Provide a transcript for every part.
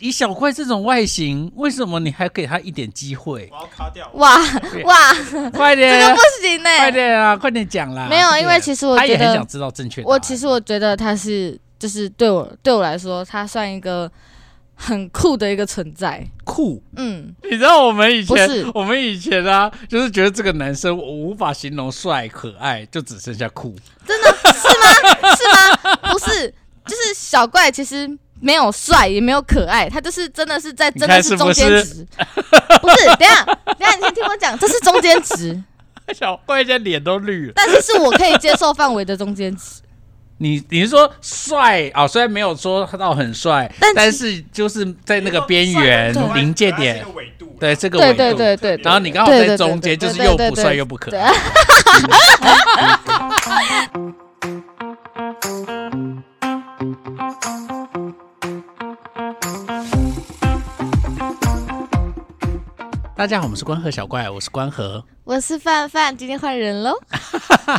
以小怪这种外形，为什么你还给他一点机会？我要卡掉。哇对哇，快这点个不，行欸呢、快点啊，快点讲啦！没有，因为实其实我他觉也很想得，知道正确答案。我其实我觉得他是，就是对我对我来说，他算一个很酷的一个存在。酷，嗯，你知道我们以不是前，我们以前啊，就是觉得这个男生我无法形容帅可爱，就只剩下酷。真的是 吗？是吗？不是，就是小怪其实没有帅，也没有可爱，他就是真的是在你真看的中间是值。不是，等一下等一下，你先听我讲，这是中间值， 小怪现在脸都绿了。但是是我可以接受范围的中间值。你你是说帅啊、虽然没有说到很帅，但但其是就是在那个边缘对临界点，纬度对这个对纬度。对对对，对然后你刚好对在对对中对间，就是对又对不对帅又不可对爱。 大家好，我们是关河小怪，我是关河。我是范范，今天换人喽。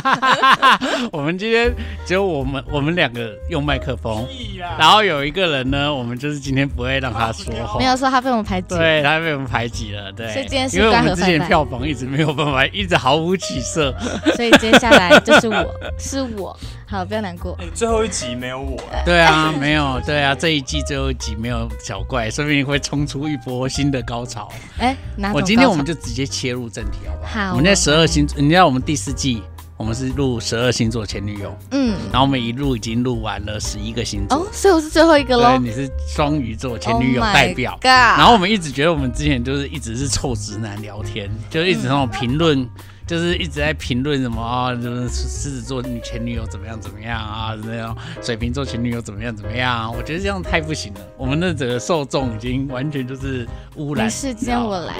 我们今天只有我们我们两个用麦克 风，屁啦然后有一个人呢，我们就是今天不会让他说话没。有说他被我们排挤，对，他被我们排挤了，对，所以今天是因为我关们河之泛前滥票房一直没有办法，一直毫无起色，所以接下来就是我，是我。好，不要难过。哎最后一集没有我，对啊，没有，对啊，这一季最后一集没有小怪，说不定会冲出一波新的高潮。哎，哪我种今天高我们潮就直接切入正题好不好？好我们在哦十二星，你知道我们第四季我们是录十二星座前女友，嗯然后我们一路已经录完了十一个星座。哦，所以我是最后一个对，喽。你是双鱼座前女友代表。 Oh my 然 God 后我们一直觉得我们之前就是一直是臭直男聊天，就一直那种评论，就是一直在评论什么啊，就是狮子座女前女友怎么样怎么样啊，那样水瓶座前女友怎么样怎么样、啊。我觉得这样太不行了，我们的整个受众已经完全就是污染。没事，你今天知道我吗来。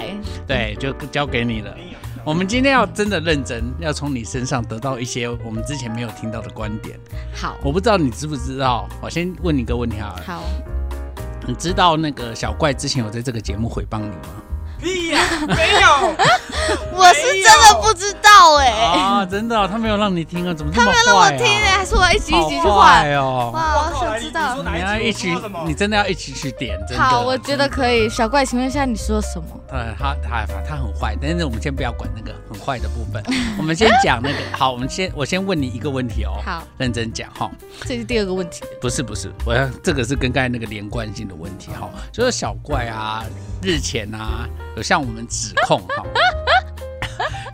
对，就交给你了。我们今天要真的认真，要从你身上得到一些我们之前没有听到的观点。好，我不知道你知不知道，我先问你一个问题好了。好，你知道那个小怪之前有在这个节目诽谤你吗？屁呀，没有。 我是真的不知道哎，啊，真的哦、他没有让你听啊，怎么这么坏、啊？让我听哎，还是我要一起一好起去换坏。哦！哇，我我靠来想你知你道说。你哪要一一集起我说什么，你真的要一起去点，真的。好，我觉得以。可以。小怪，请问一下，你说什么？呃，他他他很坏，但是我们先不要管那个很坏的部 分，我们先讲那个。好，我们先我先问你一个问题哦。好，认真讲哈、这是第二个问题。不是不是，我要这个是跟刚才那个连贯性的问题哈，就是小怪啊，日前啊有向我们指控哈。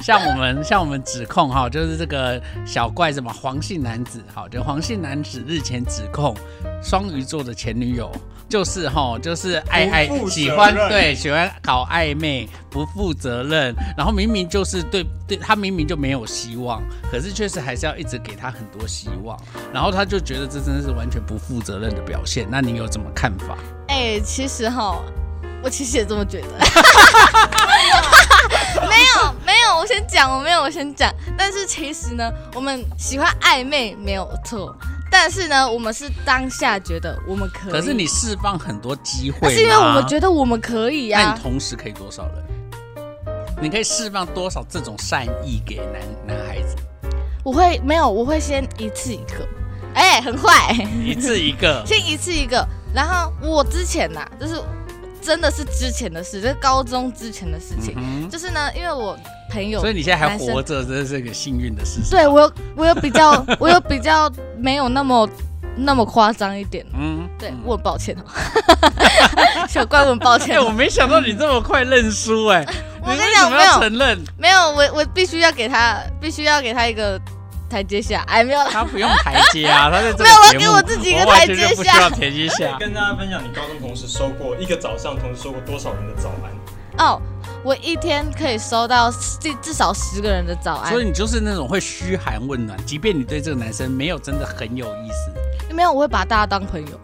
像我们像我们指控哈，就是这个小怪什么黄姓男子哈，就黄姓男子日前指控双鱼座的前女友，就是哈，就是爱爱不负责喜欢任对喜欢搞暧昧，不负责任，然后明明就是对对他明明就没有希望，可是确实还是要一直给他很多希望，然后他就觉得这真的是完全不负责任的表现。那你有什么看法？哎、其实哈，我其实也这么觉得。没有没有，我先讲，我没有，我先讲。但是其实呢，我们喜欢暧昧没有错，但是呢，我们是当下觉得我们可以。可是你释放很多机会那吗，是因为我们觉得我们可以啊那呀、你同时可以多少人？你可以释放多少这种善意给男男孩子？我会没有，我会先一次一个。哎、很坏、一次一个 先一次一个。然后我之前呐、就是真的是之前的事，就是高中之前的事情。嗯就是呢，因为我朋友，所以你现在还男生活着，这是个幸运的事情。对我有我有比较我有比较没有那么那么夸张一点，嗯，对嗯，我很抱歉哦， 小怪我很抱哎、歉，哦我没想到你这么快认输哎、 我跟你你为什讲么没有要承认？没有我我必须要给他必须要给他一个台阶下，哎没有啦，他不用台阶 啊，他在这个没有我要节给目我自己一个我完台全阶就不需下要台阶 下。跟大家分享，你高中同时收过一个早上，同时收过多少人的早安？哦，我一天可以收到至至少十个人的早安所，以你就是那种会嘘寒问暖，即便你对这个男生没有真的很有意思。没有我会把大家当朋友，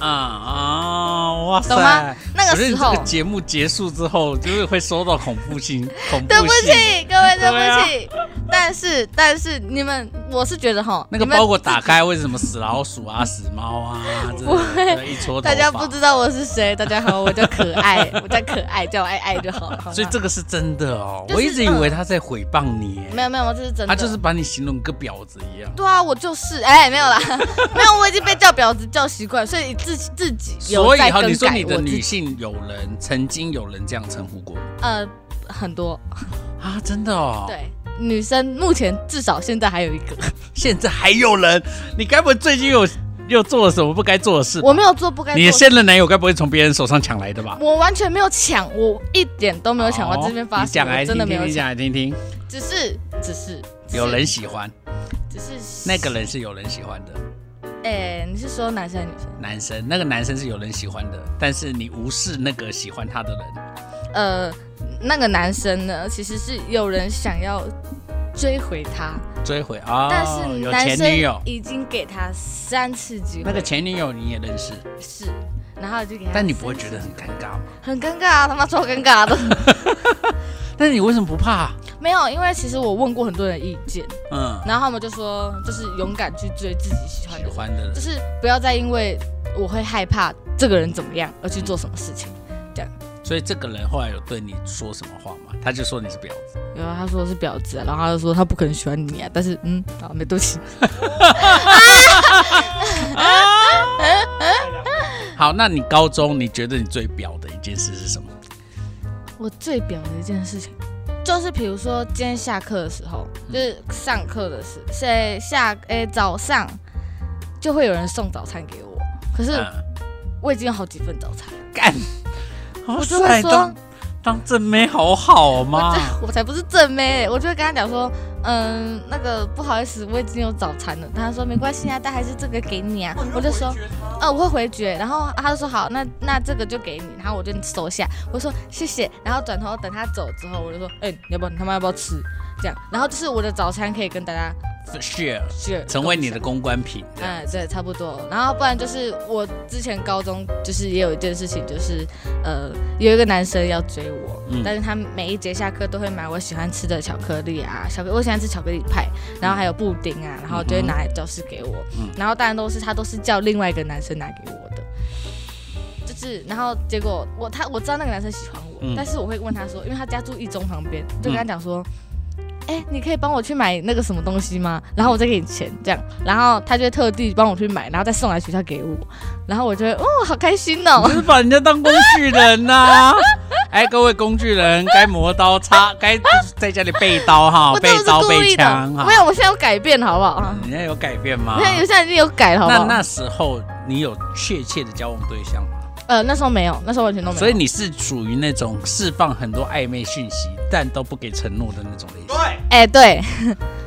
啊啊！哇塞，懂吗那个我觉得时你候这个节目结束之后，就是会收到恐怖信，恐怖 对不信。起各位对对啊不起，但是但是你们，我是觉得哈，那个你们包裹打开会是什么死老鼠啊、死猫啊，这不会这一撮头发大家不知道我是谁，大家好，我叫可爱，我叫可爱，叫我爱爱就 好了。好吗所以这个是真的哦，就是我一直以为他在诽谤你耶，没有没有，这是真的。他就是把你形容跟婊子一样。对啊，我就是哎、没有啦， 没有，我已经被叫婊子叫习惯，所以自自己有所以在哈，更改你说你的我自女己性友人曾经有人这样称呼过呃很多啊？真的哦？，对女生目前至少现在还有一个，现在还有人，你该不会最近有又做了什么不该做的事吧？我没有做不该你做的的事，现任男友该不会从别人手上抢来的吧？我完全没有抢，我一点都没有抢，好我这边哦发你讲现来我真听的没听，有你抢，讲来听听，只是只是只是有人喜欢，只是那个人是有人喜欢的哎、你是说男生还是女生？男生，那个男生是有人喜欢的，但是你无视那个喜欢他的人，呃，那个男生呢，其实是有人想要追回他，追回啊，但是有男前女生友，已经给他三次机会，那个前女友你也认识，是，然后就给他，但你不会觉得很尴尬吗？很尴尬啊，他妈超尴尬的。 但是你为什么不怕？没有，因为其实我问过很多人意见，嗯，然后他们就说，就是勇敢去追自己喜欢喜的人，欢的人就。是不要再因为我会害怕这个人怎么样而去做什么事情。所以这个人后来有对你说什么话吗？他就说你是婊子，然后他说是婊子啊、然后他就说他不可能喜欢你啊，但是嗯，好，没对不起，好，那你高中你觉得你最婊的一件事是什么？我最表的一件事情，就是比如说今天下课的时候，就是上课的时，在下诶、早上就会有人送早餐给我，可是嗯我已经有好几份早餐，干、好我就会帅，说当，当正妹好好吗？ 我才不是正妹、我就会跟他讲说，嗯，那个不好意思，我已经有早餐了。他说没关系啊，但还是这个给你啊。我就说，呃，我会回绝。然后他就说好，那那这个就给你，然后我就收下。我说谢谢，然后转头等他走之后，我就说，哎、你要不要你他妈要不要吃？这样，然后就是我的早餐可以跟大家 share 去成为你的公关品，这样哎，对，差不多。然后不然就是我之前高中就是也有一件事情，就是呃有一个男生要追我，嗯但是他每一节下课都会买我喜欢吃的巧克力啊，巧克我喜欢吃巧克力派，然后还有布丁啊，然后就会拿来教室给我，嗯然后当然都是他都是叫另外一个男生拿给我的。就是，然后结果我他我知道那个男生喜欢我，嗯但是我会问他说，因为他家住一中旁边，就跟他讲说，哎、你可以帮我去买那个什么东西吗？然后我再给你钱，这样，然后他就会特地帮我去买，然后再送来学校给我，然后我就会哦，好开心哦你。就是把人家当工具人呐、 哎，各位工具人，该磨刀叉，该在家里备刀哈，我备真的是刀故备意的枪，哈没。有，我现在有改变了好不好？人家有改变吗我？现在有现在已经有改了好不啊那好？那时候你有确切的交往对象吗？呃那时候没有，那时候完全都没有。所以你是属于那种释放很多暧昧讯息，但都不给承诺的那种类型对，哎、对，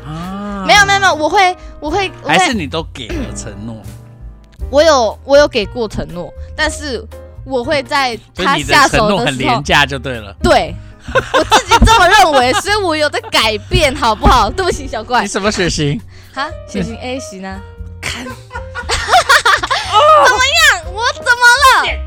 啊？没有没有没有，我会我会我还会是你都给了承诺？我有我有给过承诺，但是我会在所他以你下的承手诺的很时候廉，价就对了。对我自己这么认为， 所以我有在改变，好不好？对不起，小 怪你，什么血型？哈，血型 A 型啊， 怎么样？我怎么了？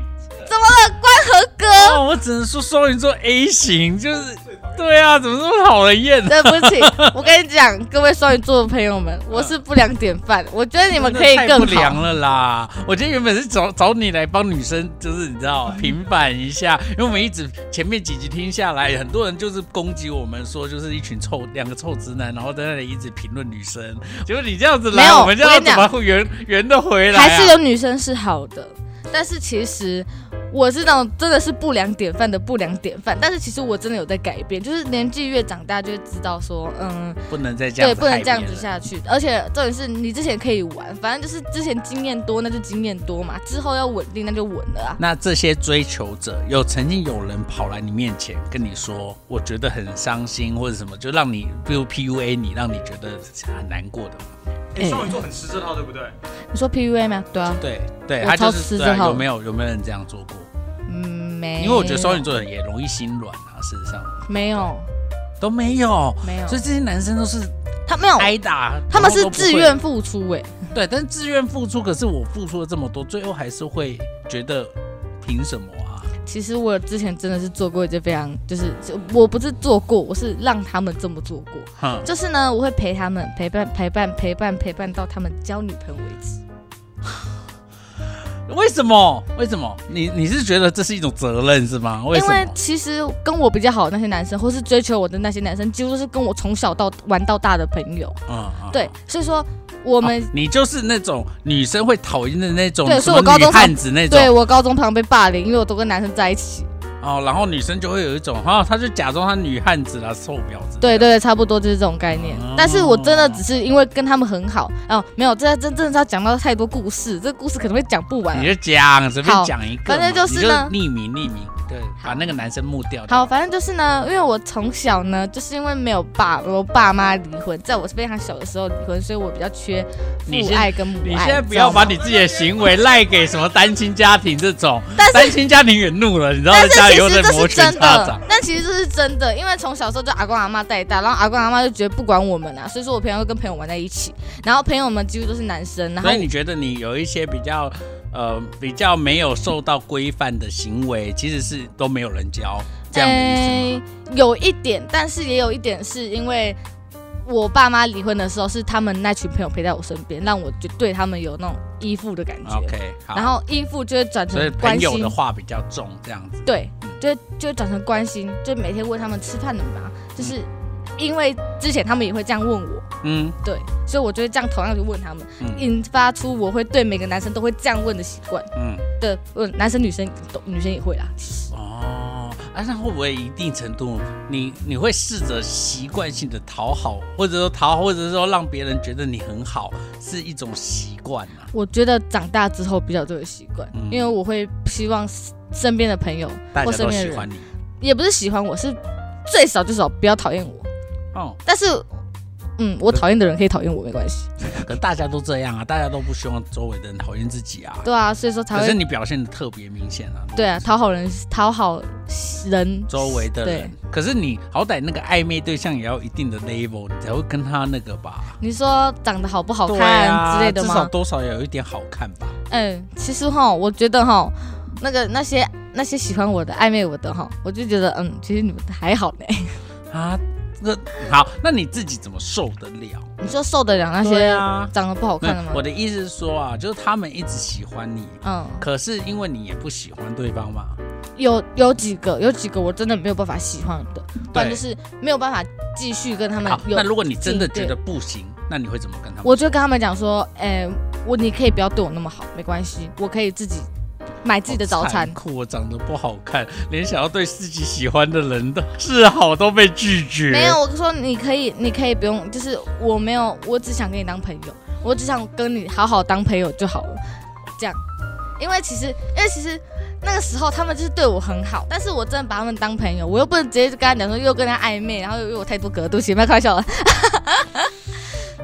怎么了？关合格？哦，我只能说双鱼座 A 型就是，对啊，怎么这么讨人厌呢？对 不起，我跟你讲，各位双鱼座的朋友们，我是不良典范，我觉得你们可以嗯真的太更不良好。了啦！我今天原本是找找你来帮女生，就是你知道嗯平反一下，因为我们一直前面几集听下来，很多人就是攻击我们说，就是一群臭两个臭直男，然后在那里一直评论女生。结果你这样子没来，有我们这我样跟你怎讲么会圆圆的回来、啊？还是有女生是好的，但是其实我是那种真的是不良典范的不良典范，但是其实我真的有在改变，就是年纪越长大就会知道说，嗯，不能再这样对，子不能这样害别子人下去。而且重点是你之前可以玩，反正就是之前经验多，那就经验多嘛，之后要稳定那就稳了啊。那这些追求者有曾经有人跑来你面前跟你说，我觉得很伤心或者什么，就让你比如 PUA 你，让你觉得很难过的吗。哎，双鱼座很吃这套，对不对？你说 PUA 吗？对啊，对对，我他就超是吃对啊、这套有没有有没有人这样做过？嗯，没有，因为我觉得双鱼座人也容易心软啊，事实上没有都没有，没有所以这些男生都是他没有，挨打，他们是然后都不会自愿付出哎、对，但是自愿付出，可是我付出了这么多，最后还是会觉得凭什么啊？其实我之前真的是做过一件非常，就是就我不是做过，我是让他们这么做过。哼，就是呢，我会陪他们陪伴陪伴陪伴陪伴到他们交女朋友为止。为什么？为什么？你你是觉得这是一种责任是吗？为因什为么？其实跟我比较好的那些男生，或是追求我的那些男生，几乎都是跟我从小到玩到大的朋友。嗯，嗯对，所以说我们、哦你就是那种女生会讨厌的那种，对什所以我么高女中汉子那对种我高中常被霸凌，因为我都跟男生在一起。哦，然后女生就会有一种哈，她就假装她女汉子啦，臭婊子。对对对，差不多就是这种概念哦。但是我真的只是因为跟他们很好哦，没有，这真真的是要讲到太多故事，这故事可能会讲不完你。就讲随便讲一个嘛，反正就是你呢匿名匿名，对，把那个男生木掉。好，，反正就是呢，因为我从小呢，就是因为没有爸，我爸妈离婚，在我非常小的时候离婚，所以我比较缺你父先爱跟母爱。你现在不知道要把吗你自己的行为赖给什么单亲家庭这 种，但是单亲家庭也怒了，你知道但是家其里又在实这摩是拳真擦掌的。，但其实这是真的，因为从小时候就阿公阿妈带大，然后阿公阿妈就觉得不管我们啊，所以说我平常都跟朋友玩在一起，然后朋友们几乎都是男生，然后所以你觉得你有一些比较呃比较没有受到规范的行为，其实是都没有人教这样的意诶有一点，但是也有一点是因为我爸妈离婚的时候，是他们那群朋友陪在我身边，让我就对他们有那种依附的感思吗觉。啊？OK，好。呃然后依附就会转所以成朋关友心的，嗯话比较重，这样子。对，就会就会转成关心，就每天问他们吃饭了嘛，就是因为之前他们也会这样问我，嗯，对，所以我就会这样同样就问他们，嗯引发出我会对每个男生都会这样问的习惯。嗯，对，问男生女生都女生也会啦。哦，啊，那会不会一定程度，你你会试着习惯性的讨好，或者说讨好，或者是说让别人觉得你很好，是一种习惯啊？我觉得长大之后比较有这个习惯，嗯因为我会希望身边的朋友大或家身都边喜的人，欢你。也不是喜欢我，是最少最少不要讨厌我。哦，但是，嗯，我讨厌的人可以讨厌我，没关系。可大家都这样啊，大家都不希望周围的人讨厌自己啊。对啊，所以说才可是会你表现的特别明显啊，对啊，讨好人，讨好人，周围的人。可是你好歹那个暧昧对象也要有一定的 level，你才会跟他那个吧？你说长得好不好对看啊，之类的至吗？少多少也有一点好看吧？嗯，其实哈，我觉得哈，那个那些那些喜欢我的、暧昧我的哈，我就觉得嗯，其实你们还好呢。 啊，那好，那你自己怎么受得了？你说受得了那对些啊，长得不好没有看的吗我？的意思是说啊，就是他们一直喜欢你，嗯，可是因为你也不喜欢对方嘛。有有几个，有几个我真的没有办法喜欢的，不然对就是没有办法继续跟他们好，有那。如果你真的进觉得不行，那你会怎么跟他们？我就跟他们讲说，哎、我你可以不要对我那么好，没关系，我可以自己买自己哦的早餐好残。酷，我长得不好看， 连想要对自己喜欢的人的示好都被拒绝。没有，，我说你可以，你可以不用，就是我没有，我只想跟你当朋友，我只想跟你好好当朋友就好了，这样。因为其实，因为其实那个时候他们就是对我很好，但是我真的把他们当朋友，我又不能直接就跟他讲说又跟他暧昧，然后又又有太多隔度，起码开玩笑了，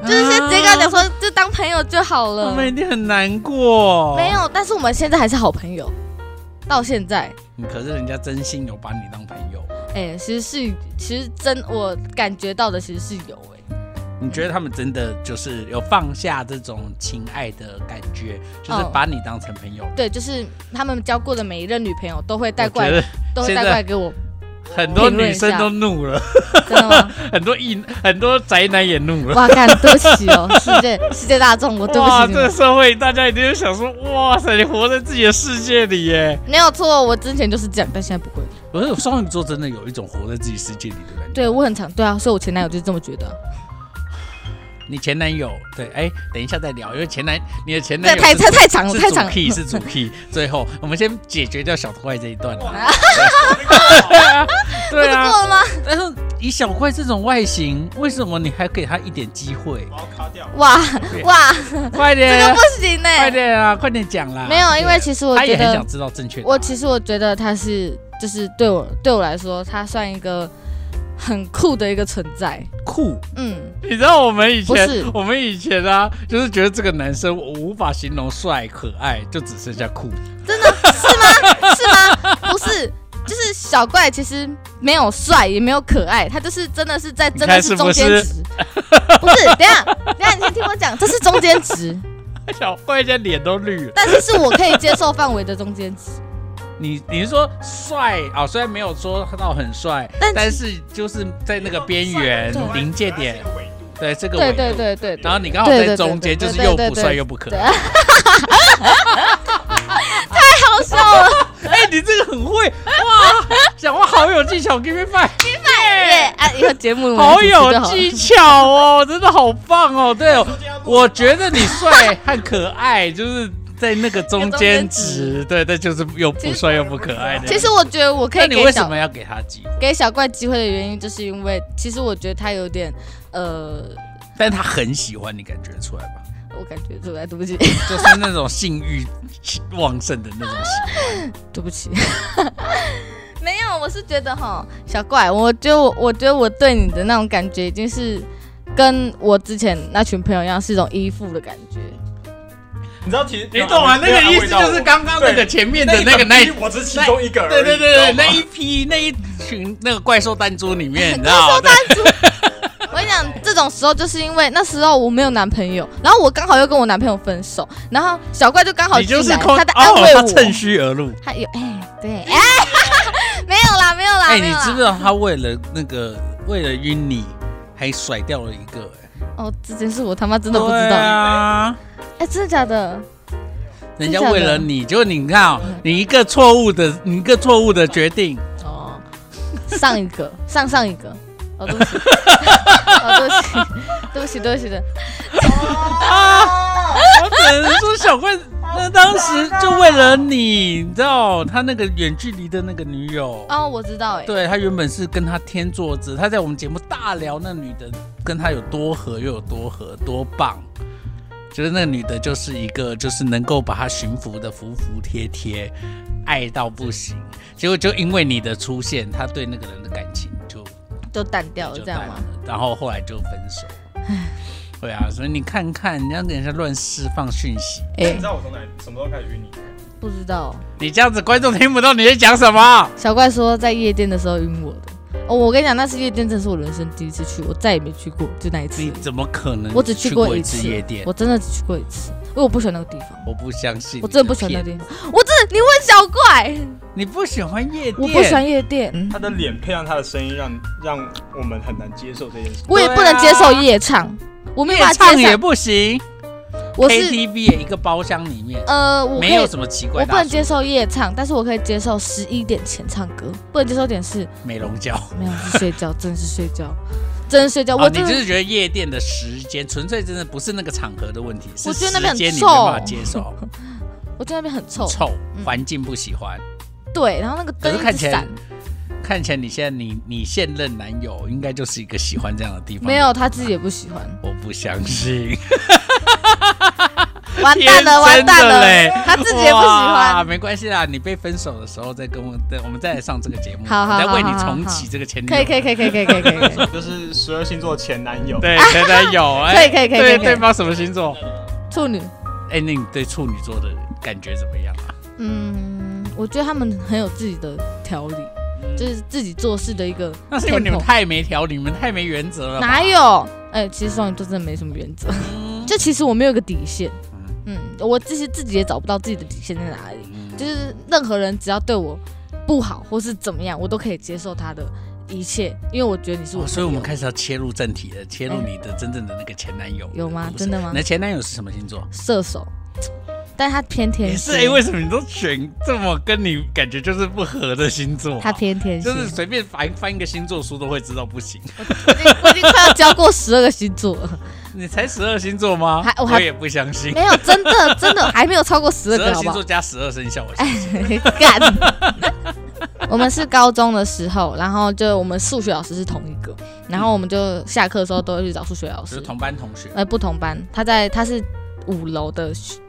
就是直接跟他讲，说就当朋友就好我了。们一定很难过。呃没，有，但是我们现在还是好朋友，到现在。嗯可是人家真心有把你当朋友，哎、其实是，其实真我感觉到的其实是有哎、你觉得他们真的就是有放下这种情爱的感觉，就是哦把你当成朋友了。对，就是他们交过的每一任女朋友都会带我过觉来，得都会现带在过来给我，很多女生都怒 了，真的 吗？很多异很多宅男也怒了。哇，干，对不起哦，世 界世界大众，我哦对不哇，这起你个们，社会大家一定会想说，哇塞，你活在自己的世界里耶。没有错，我之前就是这样，但现在不会。不是双鱼座真的有一种活在自己世界里的感觉。对我很常，对啊，所以我前男友就是这么觉得。你前男友对，哎、等一下再聊，因为前男你的前男对，友太是太太长了，是啊太长主了。 key 是主 key，最后我们先解决掉小怪这一段 啊。不对是啊，过了吗？但是以小怪这种外形，为什么你还给他一点机会？我要卡掉。哇对 哇，快嗯这个点不，行啊快哎、点啊，快点讲啦！没有，因为对啊其实我他觉也很得想，啊知道正确答案。我其实我觉得他是，就是对我对我来说，他算一个很酷的一个存在。酷，嗯，你知道我们以不前是，我们以前啊，就是觉得这个男生我无法形容帅可爱，就只剩下酷。真的是吗？是吗？不是，就是小怪其实没有帅，也没有可爱，他就是真的是在真的你是看中是间不是值。不是，等一下等一下，你先听我讲，这是中间值，小怪现在脸都绿了。但是是我可以接受范围的中间值。你你是说帅啊、哦？虽然没有说到很帅，但但是就是在那个边缘对临界点， 对这个对维对度。对对对然后你刚好对在对对中间，对就是对又对不对帅又不可对 爱。好笑了，哎，你这个很会哇！讲话好有技巧，Give me five， 哎对啊，以后节目我们好主持就有好了技巧哦，真的好棒哦。对哦，我觉得你帅和可爱就是在那个中间值，对，但就是又不帅又不可爱的。其实我觉得我可那以你给为什小么要给他机会？给小怪机会的原因，就是因为其实我觉得他有点呃，但他很喜欢你，感觉出来吧？我感觉对不起，对不起， 就是那种性欲旺盛的那种喜欢。对不起。 没有，我是觉得哈，小怪，我就我觉得我对你的那种感觉已经是跟我之前那群朋友一样，是一种依附的感觉。你知道其实啊你懂吗？那个意思就是刚刚那个前面的那个那一一，我只是其中一个而已。对对对对，你知道那吗一批那一群那个怪兽弹珠里面， 你知道？对我跟你讲，这种时候就是因为那时候我没有男朋友，然后我刚好又跟我男朋友分手，然后小怪就刚好你就是进来空哦他在安慰我，他趁虚而入。他有哎、对哎， 没有啦，没有啦，哎，没你有啦。知不知道他为了那个为了晕你，还甩掉了一个？哎哦，这件事我他妈真的不知对道。哎、啊。真的假的？人家为了你，就你看哦，嗯你一个错误的，你一个错误的决定，哦，上一个，上上一个。哦，对不 起，哦，对不起，对不起，对不起的。啊啊我只能说小怪，那当时就为了你，你知道他那个远距离的那个女友，哦，我知道、哎，对他原本是跟他天作之，他在我们节目大聊那女的跟他有多合又有多合多棒，就是那个女的就是一个就是能够把他驯服的服服帖帖，爱到不行，结果就因为你的出现，他对那个人的感情就就淡掉了，就哦这样淡吗了？，然后后来就分手。对啊，所以你看看，人家给人家乱释放讯息，哎、你知道我从哪里什么时候开始晕你？不知道。你这样子观众听不到你在讲什么。小怪说在夜店的时候晕我的。哦，我跟你讲，那次夜店真是我人生第一次去，我再也没去过，就那一次你。怎么可能？我只去过过一次次夜店，我真的只去过一次，因为我不喜欢那个地方，我不相信。我真的不喜欢那个地方。我真的，你问小怪，你不喜欢夜店？我不喜欢夜店。嗯他的脸配上他的声音，让让我们很难接受这件事。我也不能接受夜唱，我没有啊夜办法唱接也受。不行。我是 KTV 也一个包厢里面，呃，我可没有以，什么奇怪的。我不能接受夜唱，但是我可以接受十一点前唱歌。不能接受点是美容觉。没有是睡觉，真的是睡 觉，真的是睡觉。哦， 我你真就的是觉得夜店的时间纯粹真的不是那个场合的问题，是我觉得那时边间很你没臭办法接受，我觉得那边很 臭，嗯臭环境不喜欢。对，然后那个可灯是看一起直来闪，，看起来你现在你你现任男友应该就是一个喜欢这样的地方。没，有他自己也不喜欢，我不相信。完蛋了，完 天真的蛋嘞了，他 自己也不喜哇欢。没关系啦，你被分手的时候再跟我，再我们再来上这个节目，好好我再为你好好重好启这个前女友。可以可以可以可以可以可以可以可以，就是十二星座前男友， 对，前男友，哎，可以可以可以可以对，可以对方什么星座？处女，哎，那你对处女座的感觉怎么样 啊？嗯，我觉得他们很有自己的条理，就是自己做事的一个 tempo。嗯那是因为你们太没条理，你们太没原则了吧。哪有？哎、其实双鱼座真的没什么原则，嗯就其实我没有一个底线。嗯，我其实自己也找不到自己的底线在哪里，嗯就是任何人只要对我不好或是怎么样，我都可以接受他的一切，因为我觉得你是我、哦？所以我们开始要切入正题了，切入你的真正的那个前男友。有吗真的吗你的前男友是什么星座？射手，但他偏也天是蝎，哎、为什么你都选这么跟你感觉就是不合的星座啊、他偏天蝎，就是随便翻翻一个星座书都会知道不行。我已经我已经快要教过十二个星座 了，你才十二星座吗还？我还我也不相信。没有真的真的还没有超过十二十个，二好不星好座？加十二生肖，我信哎， 干！ 我们是高中的时候，然后就我们数学老师是同一个，然后我们就下课的时候都会去找数学老就是师，同班同学呃，不同班，他在他是五楼的学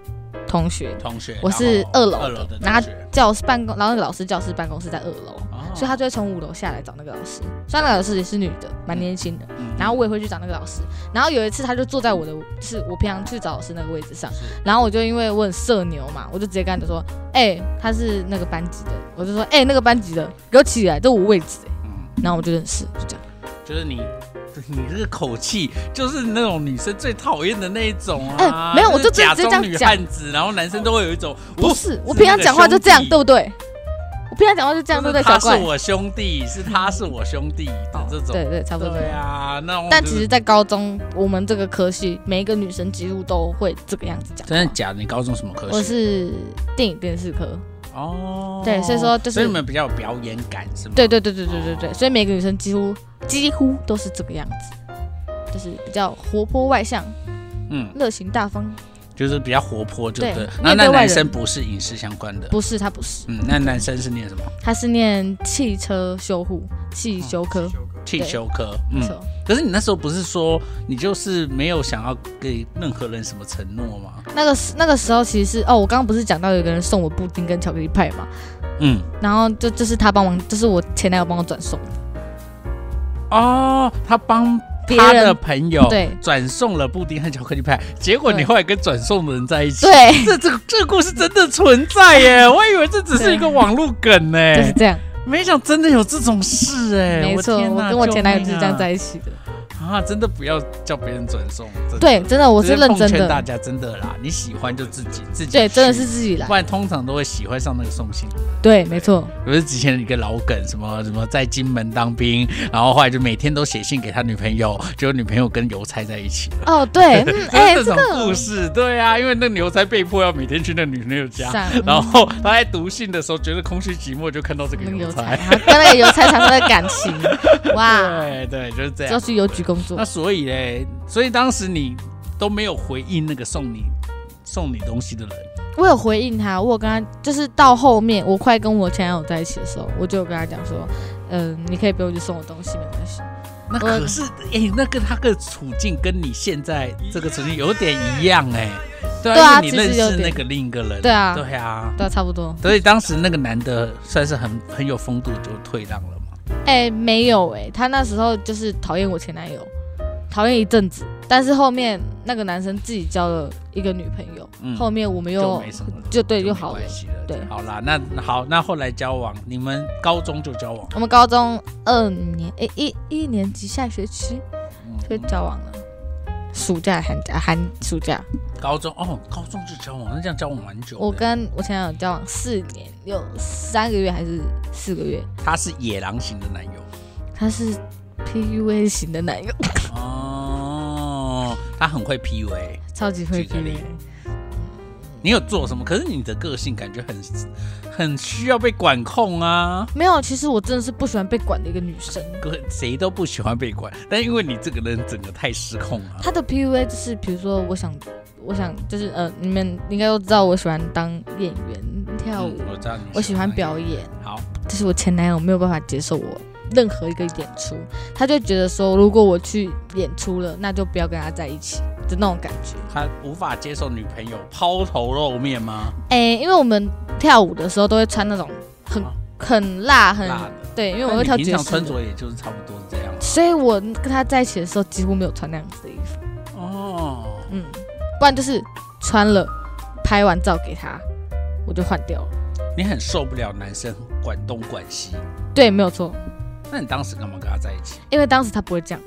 同学，同学。我是然后二楼二楼的然后同学。教室办公，然后那个老师教室办公室在二楼，哦所以他就会从五楼下来找那个老师，虽然那个老师也是女的，蛮年轻的，嗯然后我也会去找那个老师，然后有一次他就坐在我的，就是我平常去找老师那个位置上是，然后我就因为我很社牛嘛，我就直接跟他讲说，哎、他是那个班级的，我就说，哎、那个班级的，给我起来，这我位置、欸，嗯然后我就认识，就这样，就是你， 你这个口气就是那种女生最讨厌的那一种啊。哎没有我就假直接这装样女讲汉子，然后男生都会有一种不哦是，那我平常个讲话兄就这样，弟对不对？平常讲话就这样对就待是小他是怪。我兄弟，是他是我兄弟的这种。对对，差不多这对样。啊，那我但就其是实，在高中，我们这个科系，每一个女生几乎都会这个样子讲话。真的假的？你高中什么科系？我是电影电视科。哦，对所以说就是所以你们比较有表演感是吗？对对对对对对对，所以每个女生几乎几乎都是这个样子，就是比较活泼外向、嗯，热情大方。就是比较活泼，就对对。面那那对外男人生不是影视相关的，不是，她不是，嗯，那男生是念什么？她是念汽车修护、汽修科。哦汽修科。没嗯，错可是你那时候不是说你就是没有想要给任何人什么承诺吗？那个时那个时候其实是哦，我刚刚不是讲到有个人送我布丁跟巧克力派嘛，嗯，然后就就是他帮忙，就是我前男友帮我转送，哦，他帮别他的人朋友对转送了布丁和巧克力派，结果你对后来跟转送的人在一起。 对，这这个这个故事真的存在耶！ 我以为这只是一个网络梗呢，就是这样，没想真的有这种事哎！没错，我天我哪跟我前男友就是这样在救一起的，命啊！啊真的不要叫别人转送，真的对，真的我我是认真大的，家真的啦，你喜欢就自己自己对，真的去是自己来不，然通常都会喜欢上那个送信。对，没错，不是之前有一个老梗，什么什么在金门当兵，然后后来就每天都写信给他女朋友，结果女朋友跟邮差在一起了。哦，对，嗯， 哎，就是这这种故个事，对啊，因为那个邮差被迫要每天去那女朋友家，上啊然后他在读信的时候觉得空虚寂寞，就看到这个那个邮邮差差，。然后跟那个邮差产生了感情， 哇，对对，啊就是这就要样。去邮局工那作，所以嘞，所以当时你都没有回应那个送你送你东西的人。我有回应他，我有跟他，就是到后面我快跟我前男友在一起的时候，我就有跟他讲说，嗯，你可以不用去送我东西，没关系。那可是，哎、那个他的处境跟你现在这个处境有点一样、哎，对对啊，啊因为你其认实有识点那个另一个人，对啊对啊，对啊，差不多。所以当时那个男的算是很很有风度，就退让了嘛。哎、没有哎、他那时候就是讨厌我前男友，讨厌一阵子，但是后面那个男生自己交了一个女朋友，嗯后面我们就又没什么了就对没就好了关。系了。对好啦，那好，那后来交往，你们高中就交往，我们高中二年哎、一一年级下学期就嗯，交往了，暑假寒假寒暑假，高中哦，高中就交往，那这样交往蛮久的。我跟我前男友交往四年有三个月还是四个月，他是野狼型的男友他是 PUA 型的男友，哦，他很会 PUA。超级会举个例 PUA。你有做什么？可是你的个性感觉很很需要被管控啊，没有，其实我真的是不喜欢被管的一个女生。个谁都不喜欢被管，但因为你这个人整个太失控了。他的 PUA 就是，比如说，我想，我想，就是呃，你们应该都知道，我喜欢当演员、跳舞，嗯我知道你，我喜欢。表演。好，但是我前男友没有办法接受我任何一个演出，他就觉得说，如果我去演出了，那就不要跟他在一起的那种感觉。他无法接受女朋友抛头露面吗？哎、因为我们跳舞的时候都会穿那种很啊很辣、很辣的，对，因为因我会跳平爵常士穿的，着也就是差不多是这样。所以我跟他在一起的时候几乎没有穿那样子的衣服。哦，嗯，不然就是穿了，拍完照给他，我就换掉了。你很受不了男生管东管西，对，没有错，那你当时干嘛跟他在一起？因为当时他不会这样，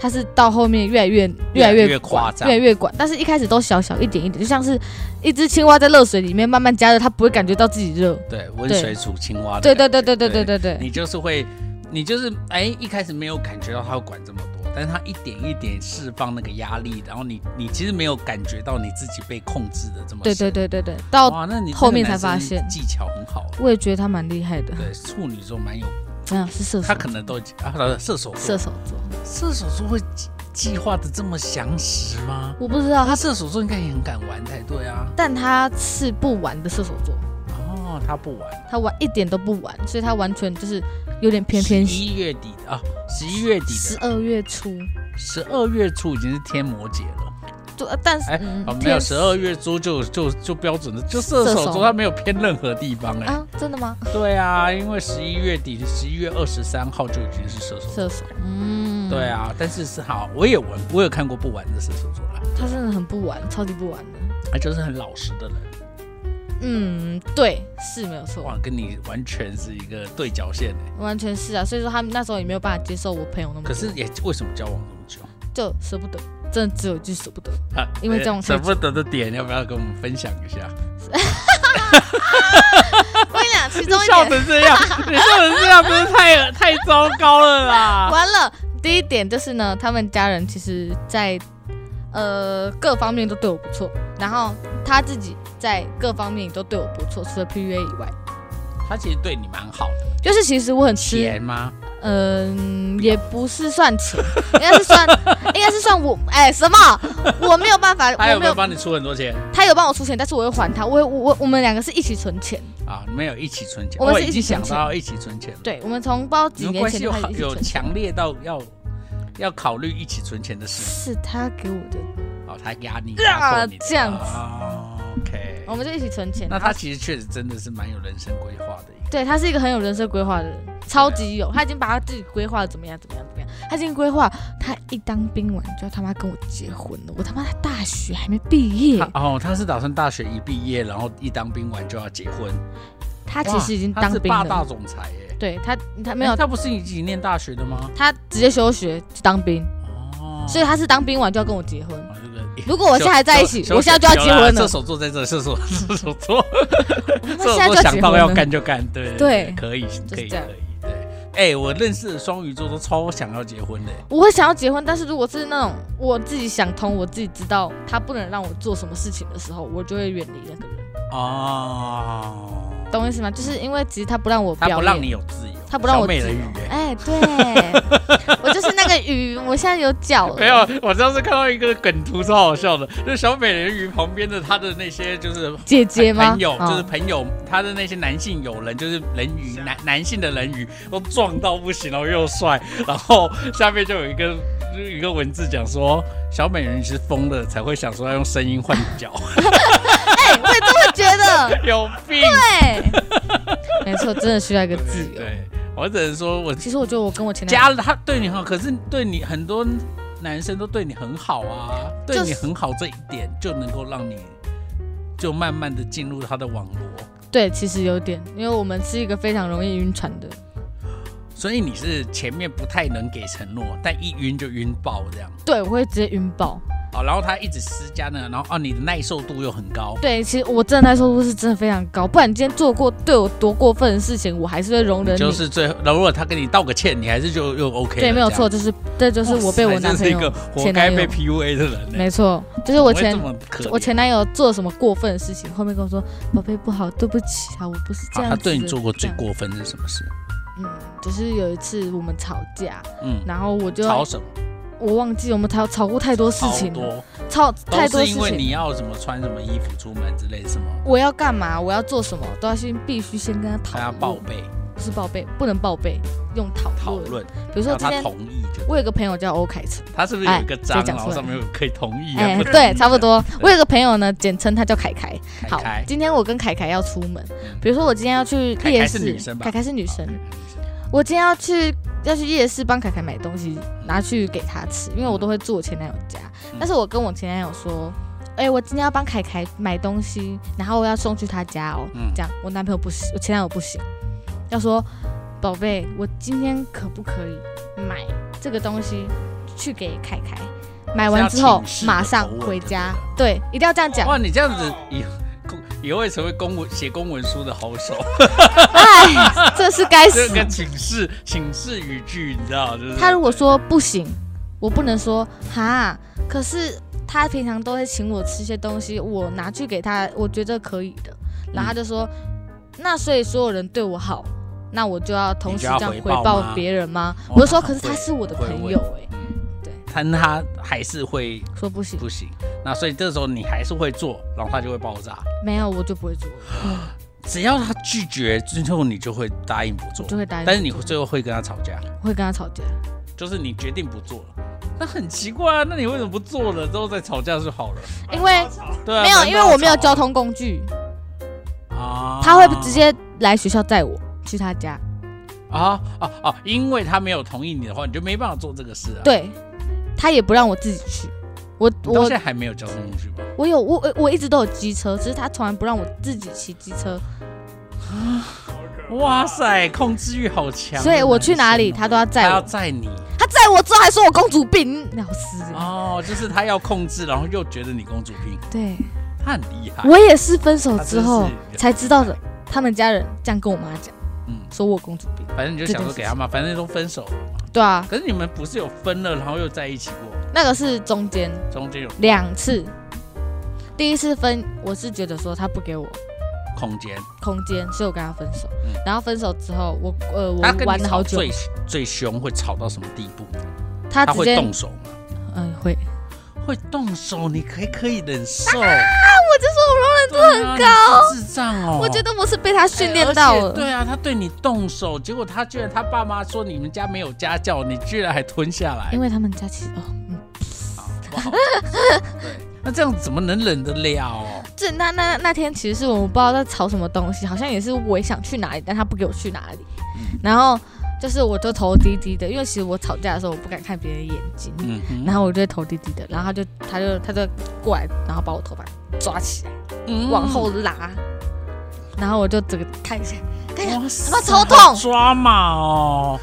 他是到后面越来越越来来越越管夸张越来越管，但是一开始都小小一点一点，就像是一只青蛙在热水里面慢慢加热，它不会感觉到自己热。对，温对水煮青蛙的对感觉。对对对对对对对，你就是会，你就是哎，一开始没有感觉到他会管这么多，但是他一点一点释放那个压力，然后你你其实没有感觉到你自己被控制的这么对深对对对对，到哇，那你后那个面才男生发现技巧很好啊。我也觉得他蛮厉害的，对，处女座蛮有，没有是射手他，可能都已经啊，射手射座，手座，射手座会计计划的这么详实吗？我不知道他他，射手座应该也很敢玩才对啊。但他是不玩的射手座，哦，他不玩，他玩一点都不玩，所以他完全就是有点偏偏十一月底啊，十一月底十的，二月初，十二月初已经是天魔节了。就呃但是、哎嗯哦，没有，天十二月猪就就就标准的，就射射手手座，它没有偏任何地方哎、啊，真的吗？对啊，因为十一月底，十一月二十三号就已经是射手座。射手，嗯，对，啊，但是是好，我也玩，我有看过不玩的射手座啦，他真的很不玩，超级不玩的。他就是很老实的人，嗯，对，是没有错，哇，跟你完全是一个对角线哎、完全是啊。所以说他们那时候也没有办法接受我朋友那么多，可是也为什么交往那么久？就舍不得，真的只有一句舍不得。 啊因为这种舍不得的点，要不要跟我们分享一下？我跟你讲，其中 一笑成这 样，你笑成这样，真是太太糟糕了啦！ 完了，第一点就是呢，他们家人其实在呃各方面都对我不错，然后他自己在各方面也都对我不错，除了 PUA 以外，他其实对你蛮好的，就是其实我很吃钱吗？嗯，也不是算钱，应该是算， 应该是算我哎、什么？我没有 办法，他我有没没有有，帮你出很多钱他有帮我出钱，但是我又还他，我我我我们两个是一起存钱，啊？没有一起存钱，哦我们已是一起经想存钱到一起存钱了。对，我们从包你几们年关前系有就开始一起有存钱，强烈到要要考虑一起存钱的事是他给我的，哦，他压你啊压迫你这样子哦，OK，我们就一起存钱。那然后他其实确实真的是蛮有人生规划的一对他是一个很有人生规划的人，超级有，他已经把他自己规划得怎么样怎么样怎么样，他已经规划他一当兵完就要他妈跟我结婚了，我他妈大学还没毕业个，，他哦，他是打算大学一毕业，然后一当兵完就要结婚，他其实已经哇当他是兵霸道了，总裁耶，对他他没有哎他不是已经念大学的吗？他直接休学去当兵，哦，所以他是当兵完就要跟我结婚。哦这个哎如果我现在还在一起休我现在就要休结婚了射手座在这，射手 射手座，射手座那现在就要想结到婚要了，干就干，对对可以可以这可样以，对。哎、我认识的双鱼座都超想要结婚的、我会想要结婚，但是如果是那种我自己想通，我自己知道他不能让我做什么事情的时候，我就会远离那个人，哦，懂我意思吗？就是因为其实他不让我他表不演，让你有自由，他不让我小美自人鱼、由哎 哎，对，我就是那个鱼，我现在有脚了。没有，我上次看到一个梗图超好笑的，就是小美人鱼旁边的她的那些就是姐姐吗？哎朋友，哦就是朋友，她的那些男性友人，就是人鱼男男性的人鱼都壮到不行，然后又帅，然后下面就有一个就有一个文字讲说，小美人鱼是疯了才会想说要用声音换 脚，哎，我也这么觉得。有 病， 对，没错，真的需要一个自由。对我只能说我其实我觉得我跟我前男友加了他对你很好，可是对你很多男生都对你很好啊，就对是你很好这一点就能够让你就慢慢的进入他的网络，对，其实有点，因为我们是一个非常容易晕船的。所以你是前面不太能给承诺，但一晕就晕爆这样。对，我会直接晕爆。哦，然后他一直施加呢，然后哦，你的耐受度又很高，对，其实我真的耐受度是真的非常高，不然你今天做过对我多过分的事情，我还是会容忍你。就是最后，然后如果他跟你道个歉，你还是就又 OK 了对，没有这样错，，就是这就是我被我男朋哇塞真是一个友，活该被 PUA 的人呢、没错，就是我前怎么会这么可怜我前男友做什么过分的事情，后面跟我说宝贝不好，对不起啊，我不是这好样他子的。对你做过最这样，过分是什么事？嗯，就是有一次我们吵架，嗯，然后我就吵什么？我忘记我们吵吵过太多事超情了，多，吵太都多是事因为情。你要什么穿什么衣服出门之类什么，我要干嘛？我要做什么？都要先必须先跟他他讨要论。报备不是报备，不能报备，用讨讨论。论，比如说要今他天同意就。我有个朋友叫欧凯成，他是不是有一个章哎，就讲然出后来上面有可以同意啊？哎、不同意 对，差不。多。我有个朋友呢，简称他叫凯凯。凯好凯，今天我跟凯凯要出门，嗯比如说我今天要去凯凯夜是市，女生吧哦嗯凯凯是女生好凯凯我今天要去要去夜市帮凯凯买东西，拿去给他吃，因为我都会住我前男友家。嗯但是我跟我前男友说，哎、我今天要帮凯凯买东西，然后我要送去他家哦。嗯这样，我男朋友不行，我前男友不行，要说宝贝，我今天可不可以买这个东西去给凯凯？买完之后是要请示的马上口吻回家，对对，一定要这样讲。哇，你这样子以公也会成为公文写公文书的好手，哎，这是 该这死。个请示请示语句，你知道就是他如果说不行，我不能说哈，可是他平常都会请我吃一些东西，我拿去给他，我觉得可以的。然后他就说，那所以所有人对我好，那我就要同时这样你就回要回报吗报别人吗？哦我就说，那可是他会是我的会朋问友哎、对但他还是会说不行，不行，那所以这时候你还是会做，然后他就会爆炸。没有我就不会做，只要他拒绝，最后你就会答应不做我，就会答应。但是你最后会跟他吵架，我会跟他吵架，就是你决定不做了。那很奇怪啊，那你为什么不做了？之后再吵架就好了。因为对啊，没有，因为我没有交教通工具，啊，他会直接来学校载我去他家。啊啊啊！因为他没有同意你的话，你就没办法做这个事啊。，对，他也不让我自己去。我我到我现在还没有交通工具吧？我有我我我一直都有机车，只是他从来不让我自己骑机车，哇塞，控制欲好强啊。所以我去哪里他男生哦都要他载要我。载你他载我之后还说我公主病，老师。哦，就是他要控制，然后又觉得你公主病，对，他很厉害。我也是分手之啊他后真是一个才知道的，他们家人这样跟我妈讲，嗯说我有公主病。反正你就想说给他嘛，反正都分手了嘛。对啊，可是你们不是有分了，然后又在一起过，那个是中间中间有两次，第一次分我是觉得说他不给我空间。空间，所以我跟他分手。嗯然后分手之后，我呃我他跟玩你了吵好久最，最凶会吵到什么地步？他他直会接动手吗？嗯、会，会动手，你可以可以忍受。我就说我容忍啊度很高，高，你是智障哦！我觉得我是被他哎训练到而且了。对啊，他对你动手，结果他居然他爸妈说你们家没有家教，你居然还吞下来因，为他们家其实哦，嗯，好不 好？对，那这样怎么能忍得了哦？这那那那天其实是我们不知道在吵什么东西，好像也是我也想去哪里，但他不给我去哪里，嗯然后就是我就头低低的，因为其实我吵架的时候我不敢看别人眼睛，嗯哼，然后我就会头低低的，然后他就他就他就过来，然后把我头发抓起来，嗯往后拉，然后我就整个看一下，看一下，哇塞他妈超痛抓马哦，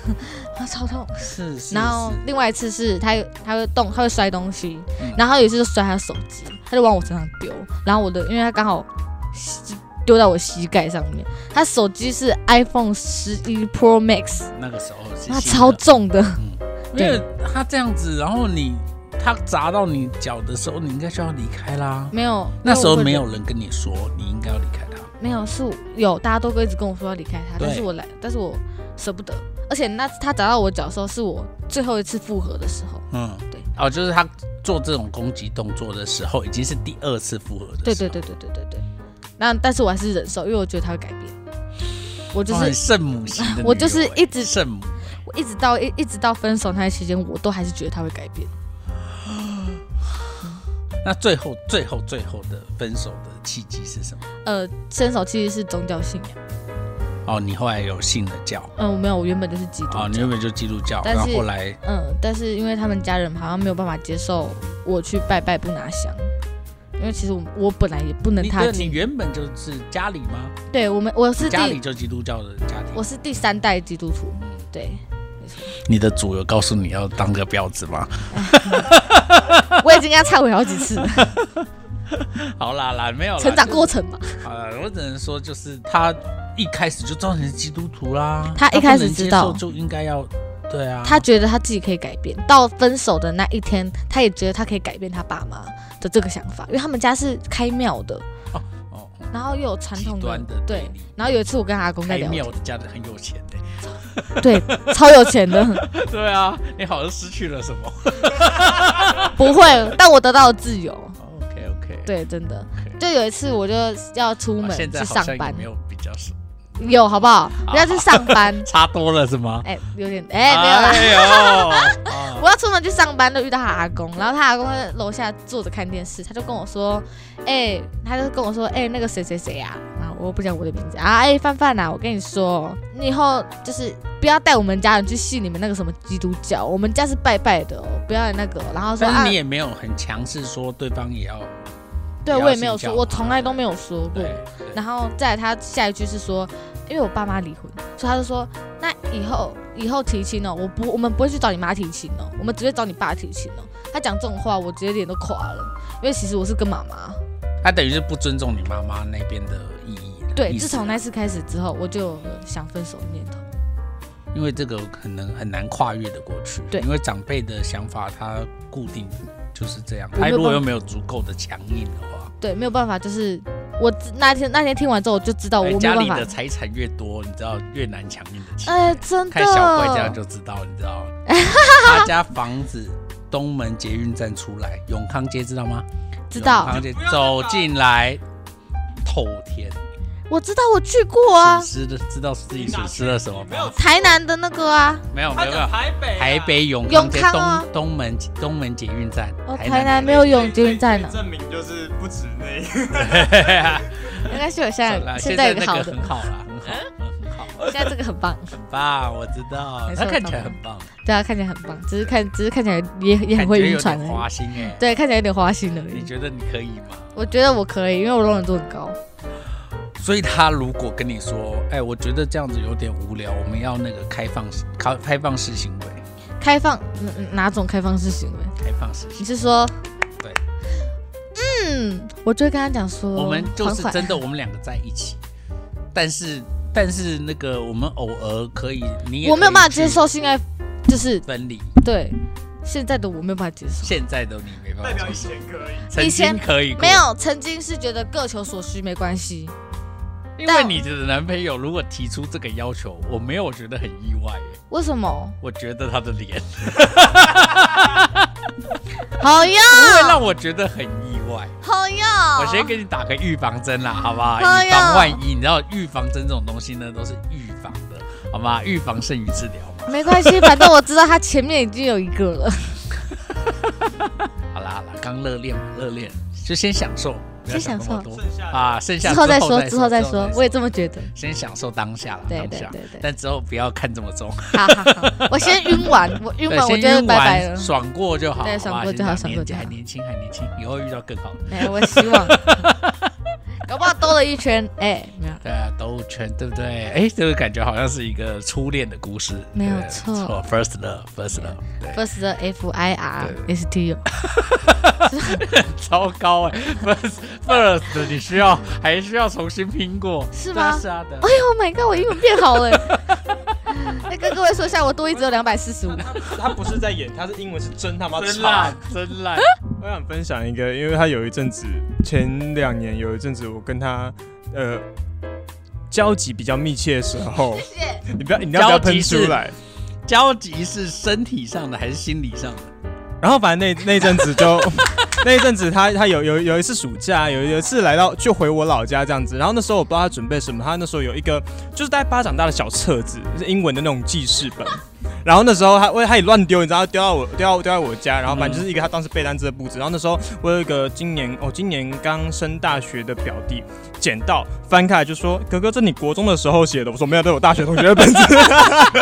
啊超痛。是是，然后是另外一次是他有他会动，他会摔东西，嗯然后有一次就摔他的手机，他就往我身上丢，然后我的因为他刚好膝丢在我膝盖上面，他手机是 iPhone 十一 Pro Max，那个时候是他新的超重的，因为他这样子，然后你他砸到你脚的时候，你应该就要离开啦。没有那时候没，因为我有人跟你说你应该要离开他，会没有是有大家都会一直跟我说要离开他，对但是我来，但是我舍不得，而且那他砸到我脚的时候是我最后一次复合的时候，嗯，对，哦，就是他做这种攻击动作的时候，已经是第二次复合的，对对，对对对对对，那但是我还是忍受，因为我觉得他会改变，我就就是是圣母型的女友欸，我就是一直圣母，我一直到一一直到分手那期间，我都还是觉得他会改变。那最后最后最后的分手的契机是什么？呃，分手其实是宗教信仰。哦，你后来有信了教，嗯、没有，我原本就是基督哦，你教。原本就基督教，但然是后后来嗯，但是因为他们家人好像没有办法接受我去拜拜不拿香，因为其实我我本来也不能你踏的你进。原本就是家里吗？对我们，我是家里嗯第就基督教的家庭，我是第三代基督徒。对，你的主有告诉你要当个婊子吗？ 我已经跟他忏悔好几次 了，好啦啦，没有啦成长过程嘛。就是好啦，我只能说就是他一开始就知道你是基督徒啦，他一开始不能接知道受就应该要对啊，他觉得他自己可以改变，到分手的那一天，他也觉得他可以改变他爸妈的这个想法，因为他们家是开庙的，哦然后又有传统极的端的对对立。然后有一次我跟阿公在开聊天，庙的家人很有钱的、对，超有钱的， 对啊，你好像失去了什么不会，但我得到了自由。 ？OK OK，，对，真的 OK，就有一次我就要出门啊现在去好上像也班没，有比较少，有好不好？我要去上班，差多了是吗？哎，有点哎没有啦。哎呦，啊我要出门去上班，就遇到他阿公，然后他阿公在楼下坐着看电视，他就跟我说，哎、他就跟我说，哎、那个谁谁谁啊，啊，我不讲我的名字啊，哎、范范啊，我跟你说，你以后就是不要带我们家人去信你们那个什么基督教，我们家是拜拜的哦，不要那个，然后说但啊是你，也没有很强势说对方也要对也要我也没有信教说，我从来都没有说过对。，对然后再来他下一句是说，因为我爸妈离婚，所以他就说，那以后以后提亲哦，我不我们不会去找你妈提亲哦，我们只会找你爸提亲哦。他讲这种话，我直接脸都垮了，因为其实我是跟妈妈。他等于是不尊重你妈妈那边的意义了。对，意思啊自从那次开始之后，我就有想分手的念头。因为这个可能很难跨越的过去。对因为长辈的想法他固定就是这样，我没他有如果办法又没有足够的强硬的话，对，没有办法，就是我自那天那天听完之后，我就知哦道我哎没有家办里法的。财产越多，你知道越难强硬的起来。哎，真的看，小怪这样就知道，你知道吗？ 他家房子东门捷运站出来，永康街知道吗？知道永康街走进来，透天，我知道我去过啊，损失的知道自己损失了什么没有吗？，台南的那个啊，没有没他有没讲有，台北啊，台北永永康街康东、啊东门东门捷运站，哦，台台南没有永所以军站 呢所以。证明就是不止那一个。应该是我现好啦在现现在在有那个个好的，很好啦，很好，很好， 现在这个很棒。很棒，我知道，没他错看起来很棒，对啊，看起来很棒，只是看，只是看起来也也很感会觉晕有船点而花已。心哎，对，看起来有点花心而你已。觉得你可以吗？我觉得我可以，因为我容忍度很高。所以他如果跟你说，哎，我觉得这样子有点无聊，我们要那个开放式开开放式行为，开放嗯嗯哪种开放式行为？开放式你行为，是说？对。嗯，我就会跟他讲说，我们就是缓缓真的我们两个在一起，但是但是那个我们偶尔可以，你也我没可有以办法接去受性爱，就是分离。对现在的我没有办法接受。现在的你没代办法表以接受，前可以。曾以前经可以过没，有，曾经是觉得各求所需没关系，因为但你的男朋友如果提出这个要求，我没有觉得很意外耶，为 什么？我觉得他的 脸 好呀，不会让我觉得很意外。好呀，我先给你打个预防针啦，好不好？哦哎以防呀万一，你知道预防针这种东西呢，都是预防的，好吗？预防胜于治疗嘛。没关系，反正我知道他前面已经有一个了，好啦好啦，刚热恋嘛，热恋就先享受，不要先享想那么多剩下的啊，剩下之后再说说，，之后再说，我也这么觉得。先享受当下啦，对当对下。对对，但之后不要看这么 重，好好好，我先晕完， 我晕对，完我先觉得晕拜拜完了。爽过就好，对好吧爽过就现好在爽过就好年纪还年轻，还年轻，以后会遇到更好的。哎，我希望，搞不好兜了一圈，哎，没有，对啊，兜圈，对不对？哎，这个感觉好像是一个初恋的故事，没有对错错，first love，first love，对。 first F I R 对 S T U，糟糕哎、first first，你需要还需要重新拼过，是对啊吗是啊的哎。呦 my god，我英文变好了。 哎，跟各位说一下，我多一只有两百四十五。他他不是在演，他是英文是真啊他妈真差烂。，真啊烂！我想分享一个，因为他有一阵子，前两年有一阵子，我跟他呃交集比较密切的时 候，谢谢。你不要你要不要交集喷是出来？交集是身体上的还是心理上的？然后反正那那一阵子就那一阵子他他有有有一次暑假，有有一次来到就回我老家这样子。然后那时候我不知道他准备什么，他那时候有一个就是大概巴掌大的小册子，是英文的那种记事本。然后那时候他我他也乱丢，你知道他丢到我丢到丢到我家，然后反正就是一个他当时背单词的布置。然后那时候我有一个今年哦今年刚升大学的表弟捡到翻开来就说：“哥哥，这你国中的时候写的。”我说：“没有，这是我大学同学的本子。”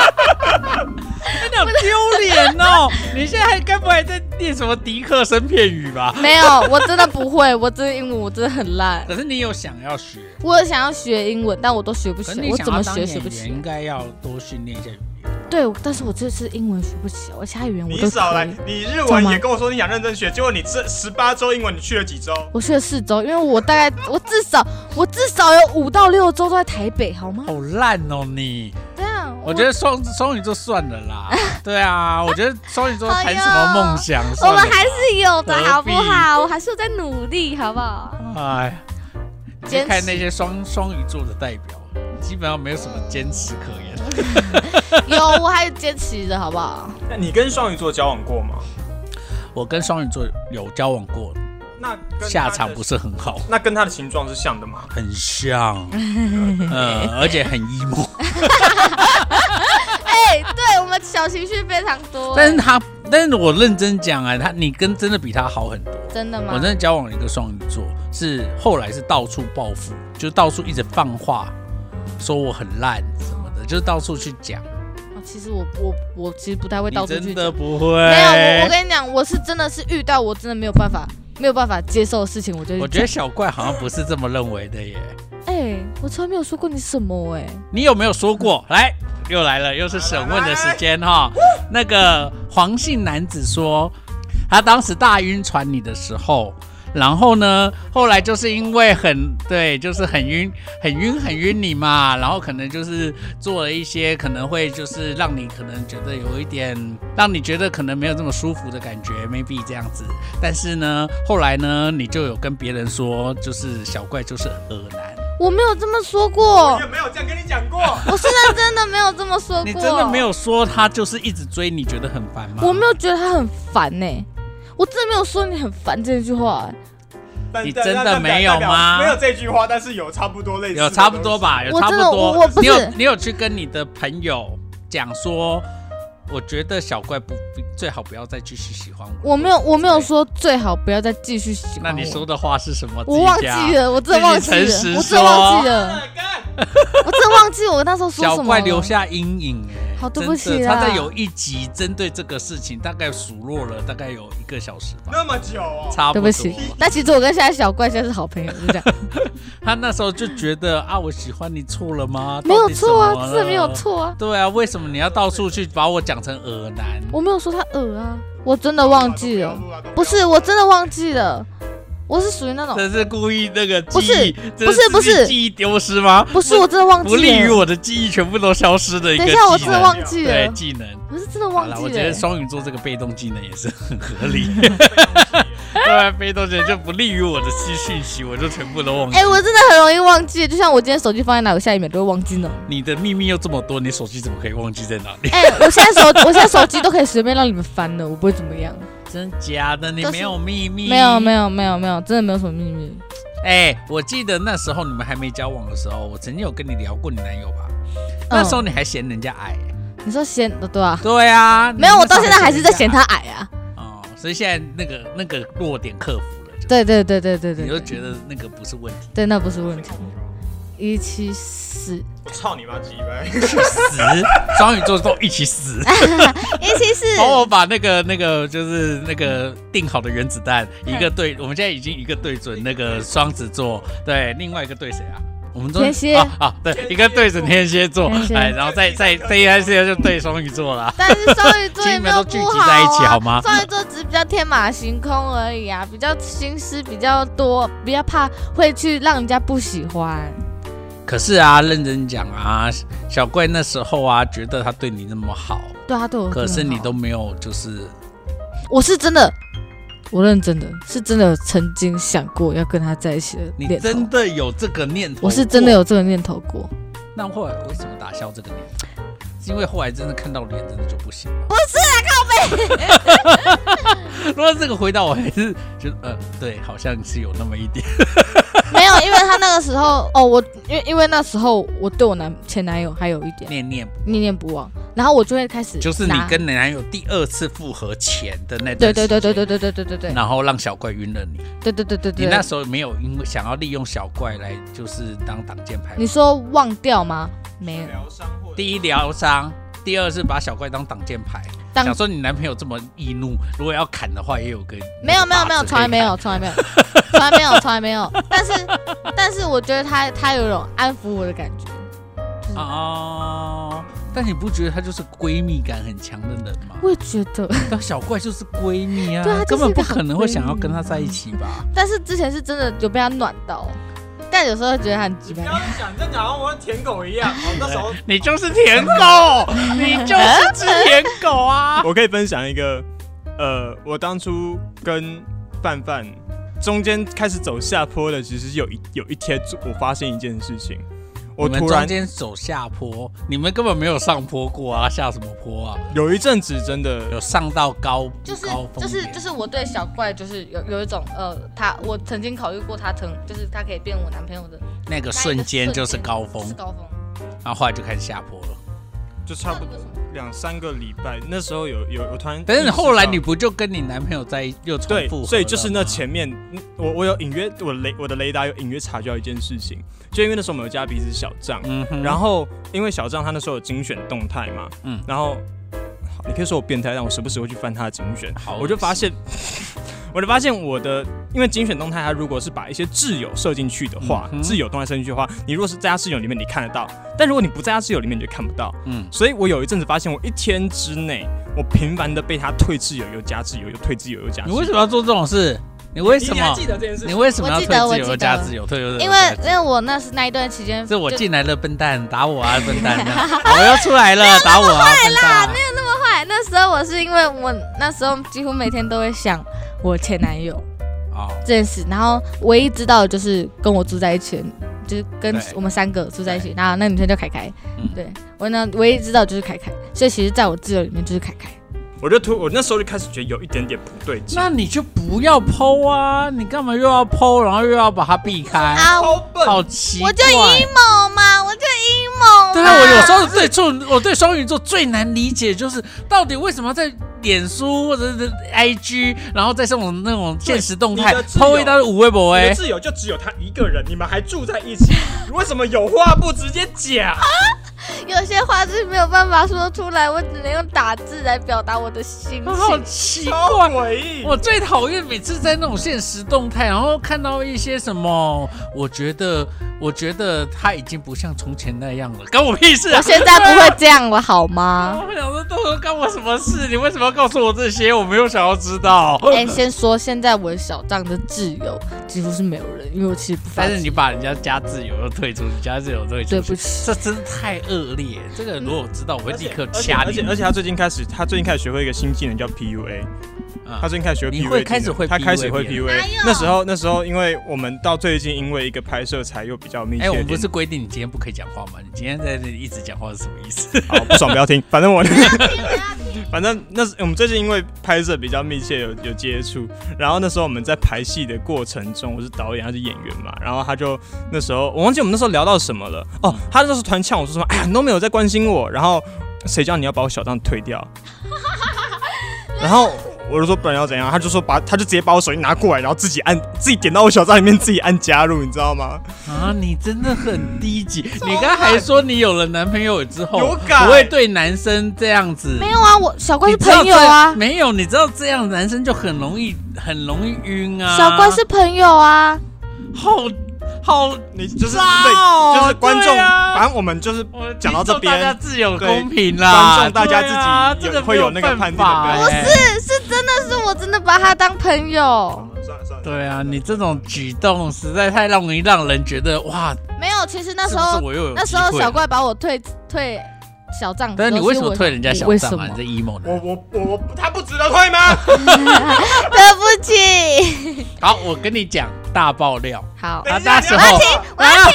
哎那丢脸哦！你现在还该不还在念什么迪克生片语吧？没有，我真的不会，我真的英文我真的很烂。可是你有想要学，我想要学英文，但我都学不可是起来，你我想怎么要当学学演不员，起来应。该要多训练一下语言。对，但是我这次英文学不起来，啊我其他语言我你都少可来以。！你日干文嘛也跟我说你想认真学，结果你这十八周英文你去了几周？我去了四周，因为我大概我至少我至少有五到六周都在台北，好吗？好烂哦你！这样，我觉得双双鱼座算了 啦。对啊，我觉得双鱼座谈什哎么呦梦想？我算们了吧还是有的，好何不必好？我还是有在努力，好不好？哎，你去坚持看那些双双鱼座的代表，基本上没有什么坚持可言。嗯有，我还坚持着，好不好？那你跟双鱼座交往过吗？我跟双鱼座有交往过，那跟他的下场不？是很好，那跟他的形状是像的吗？很 像，呃，而且很 emo，哎，对我们小情绪非常 多，但是他，但是我认真讲啊，他你跟真的比他好很多。真的我吗真？的交往了一个双鱼座，是后来是到处报复，就到处一直放话，说我很烂什么的，就到处去讲。哦其实我我我其实不太会到你处去真讲的不哎会？没有，我我跟你讲，我是真的是遇到我真的没有办法，没有办法接受的事情，我就会我觉得小怪好像不是这么认为的耶。哎、我从来没有说过你什么哎、你有没有说过？来，又来了，又是审问的时间哈。那个黄姓男子说，他当时大晕船你的时候，然后呢，后来就是因为很对，就是很晕，很晕，很晕你嘛，然后可能就是做了一些可能会就是让你可能觉得有一点，让你觉得可能没有这么舒服的感觉，maybe 这样子。但是呢，后来呢，你就有跟别人说，就是小怪就是恶男。我没有这么说过也，哦没有这样跟你讲 过。我是认真的没有这么说过，你真的没，有说他就是一直追你，觉得很烦吗？我没有觉得他很烦呢、我真的没有说你很烦这句话、欸但你但真的但没有代表吗没有这句话，但是有差不多类似的有东西，差不多吧，有我差真的多。我我不你有是你有去跟你的朋友讲说，我觉得小怪不最好不要再继续喜欢我。我没有，我没有说最好不要再继续喜欢那你说的话是什么？我。我忘自己讲记。了，我真的忘记了，自己诚实我真的忘记哎了，干我真的忘记我那时候说小什么怪了。留下阴影哎、好对不起啊真的啦他在有一集针对这个事情，大概数落了大概有一个小时吧，那么久哦。差对多。不起，但其实我跟现在小怪现在是好朋友，就这 样，他那时候就觉得啊，我喜欢你错了吗？没有到底怎错么啊，了这没有错啊。对啊，为什么你要到处去把我讲成恶男？我没有说他恶啊，我真的忘记了。不是，我真的忘记了。我是属于那种这是故意那个不记是忆，这不是自己不是记忆丢失吗？不是我真的忘记不利于了，我的记忆全部都消失的一个等技一能。下我真的忘记对了，技能，我是真的好忘了，我记觉得了。欸双鱼座这个被动技能也是很合 理，对啊，被动技能就不利于我的信讯息，我就全部都忘记。哎、我真的很容易忘记，就像我今天手机放在哪，我下一秒就会忘记呢。你的秘密又这么多，你手机怎么可以忘记在哪 里？哎、我现在手，我现在手机都可以随便让你们翻了，我不会怎么样。真假的？你都是没有秘密？没有，没。有，没有，没有，真的没有什么秘密。哎、我记得那时候你们还没交往的时候，我曾经有跟你聊过你男友吧？嗯那时候你还嫌人家矮、你说嫌对啊？对啊，没有，我到现在还是在嫌他。他矮啊。哦，所以现在那个那个弱点克服了，就对对对对对你对就对，觉得那个不是问题，对，那不是问题。一七四，我操你妈鸡掰！去死！双鱼座都一起 死，哎一 七四，帮我把那个那个就是那个定好的原子弹，哎一个对，我们现在已经一个对准那个双子座，对，另外一个对谁啊？我们中天蝎啊啊，对，一个对准天蝎座天，蝎哎，然后再再再一开始就对双鱼座啦。但是双鱼座亲也没们有都不聚集好在一起啊好吗双鱼座只是比较天马行空而已啊，比较心思比较多，比较怕会去让人家不喜欢。可是啊，认真讲啊，小怪那时候啊，觉得他对你那么好，对啊，对我可是真的你好都没有就是我是真的，我认真的，是真的曾经想过要跟他在一起的你念头。真的有这个念头？我是真的。有这个念头过，那后来为什么打消这个念头？是因为后来真的看到脸，真的就不行了。不 是啊，靠背。啊如果这个回答，我还是觉得呃，对，好像是有那么一点。 没有，因为他那个时候，哦，我因为因为那时候我对我男前男友还有一点念念不念念不忘，然后我就会开始就是你拿跟你男友第二次复合前的那对段对时间对对对对对对对对然后让小怪晕了你。对对对对你对，那时候没有因为想要利用小怪来就是当挡箭牌吗。你说忘掉吗？没有，疗伤或 第一疗伤，第二是把小怪当挡箭牌，当想说你男朋友这么易怒，如果要砍的话，也有个没有没有没有，从来没。有 从来没有从来没有从来没有，但是但是我觉得他他有一种安抚我的感觉，啊、哦，但你不觉得她就是闺蜜感很强的人吗？我也觉得，但小怪就是闺蜜啊，对啊就是根本一不个好可能会闺想要蜜跟她啊在一起吧？但是之前是真的有被他暖到，但有时候会觉得他很鸡你掰不。要讲，你在讲像我像舔狗一样。我那时候你就是舔狗，你就是只舔狗 啊！我可以分享一个，呃，我当初跟范范中间开始走下坡的，其实有一有一天，我发现一件事情，我你们突中然间走下坡，你们根本没有上坡过啊，下什么坡啊？有一阵子真的有上到高就是高峰就是点就是我对小怪就是有有一种呃，他我曾经考虑过他曾就是他可以变我男朋友的那个那一个瞬间就是高峰就是，高峰，然后后来啊就开始下坡了。就差不多两三个礼拜，那时候有有我突然，但是后来你不就跟你男朋友在一又重对复合，所以就是那了吗前面，嗯我我有隐约我雷我的雷达有隐约察觉到一件事情，就因为那时候我们有加彼此小账，嗯哼，然后因为小张他那时候有精选动态嘛，嗯嗯，然后好你可以说我变态，但我时不时会去翻他的精选好，我就发现， 我就发现我的，因为精选动态它如果是把一些挚友设进去的话，嗯哼挚友动态设进去的话，你如果是在他挚友里面你看得到，但如果你不在他挚友里面你就看不到，嗯嗯，所以我有一阵子发现，我一天之内我频繁的被他退挚友又加挚友又退挚友又加挚你友，为什么要做这种事？嗯你为什你还么记？得这件事你情？为什么要我退记得自我由记得加自由？退自由因为加自由因为我那是那一段期间这我就进来了，笨蛋，打我啊，笨蛋！这 样我又出来了，打我啊，笨蛋！后来那时候我是因为我那时候几乎每天都会想我前男友哦，这件事，然后唯一知道的就是跟我住在一起的，就是跟对我们三个住在一起，然后那个女生叫凯凯，嗯对我那唯一知道就是凯凯，所以其实在我自由里面就是凯凯。我就突我那时候就开始觉得有一点点不对劲，那你就不要剖啊！你干嘛又要剖，然后又要把它避开？啊，我超笨，好奇怪！我就 emo 嘛，我就 emo 嘛。对啊，我有时候 哎对处，我对双鱼座最难理解就是，到底为什么在脸书或者是 IG，然后在这种那种现实动态你的自由抛一刀五微博你哎的，室友就只有他 一个人，你们还住在一起，你为什么有话不直接讲？有些话是没有办法说出来，我只能用打字来表达我的心好情。奇超怪。诡异。我最讨厌每次在那种现实动态，然后看到一些什么，我觉得，我觉得他已经不像从前那样了，关我屁事我啊！现在不会这样了，好 吗？我想说，都说干我什么事？你为什么要告诉我这些？我没有想要知道。哎、先说现在我小账的挚友几乎是没有人，因为我其实不发但是现。你把人家加自由又退出，你加自由退出，对不起这真的太恶劣。这个如果我知道，我会立刻而且掐而你且。而且他最近开始，他最近开始学会一个新技能叫 PUA。嗯他最近开始学 PUA，你会开始技能会他开始 PUA 会别人 PUA 哪有。那时候那时候，因为我们到最近因为一个拍摄才又比较密切哎，一我点。们不是规定你今天不可以讲话吗？你今天在这里一直讲话是什么意思？好不爽不要 听，反正我，反正那是我们最近因为拍摄比较密切有有接触，然后那时候我们在排戏的过程中，我是导演，他是演员嘛，然后他就那时候我忘记我们那时候聊到什么了哦，他那时候突然呛我说什么，哎呀你都没有在关心我，然后谁叫你要把我小账退 掉，然后。我就说不然要怎样，他就说把他就直接把我手机拿过来，然后自己按自己点到我小账里面自己按加入，你知道吗？啊，你真的很低 级！你刚还说你有了男朋友之后，有感不会对男生这样子。没有啊，我小关你是知道朋友啊这，没有，你知道这样男生就很容易很容易晕啊。小关是朋友啊，好好，你就是渣哦对，就是观众，对啊反正我们就是我讲到这边听众大家自有对公平啦，观众大家对啊自己有这个会有那个判定的标不准是。是是真的是我真的把他当朋友，嗯算了算了对啊，你这种举动实在太让你让人觉得哇，没有。其实那是时不候是我又有那机时候会小，怪把我退退小账的但时候，是你为什么退人家小为什账啊？么你这 emo 我的。我我我，他不值得退吗？ 对不起，好，我跟你讲大爆料，好，他等一下那时候，啊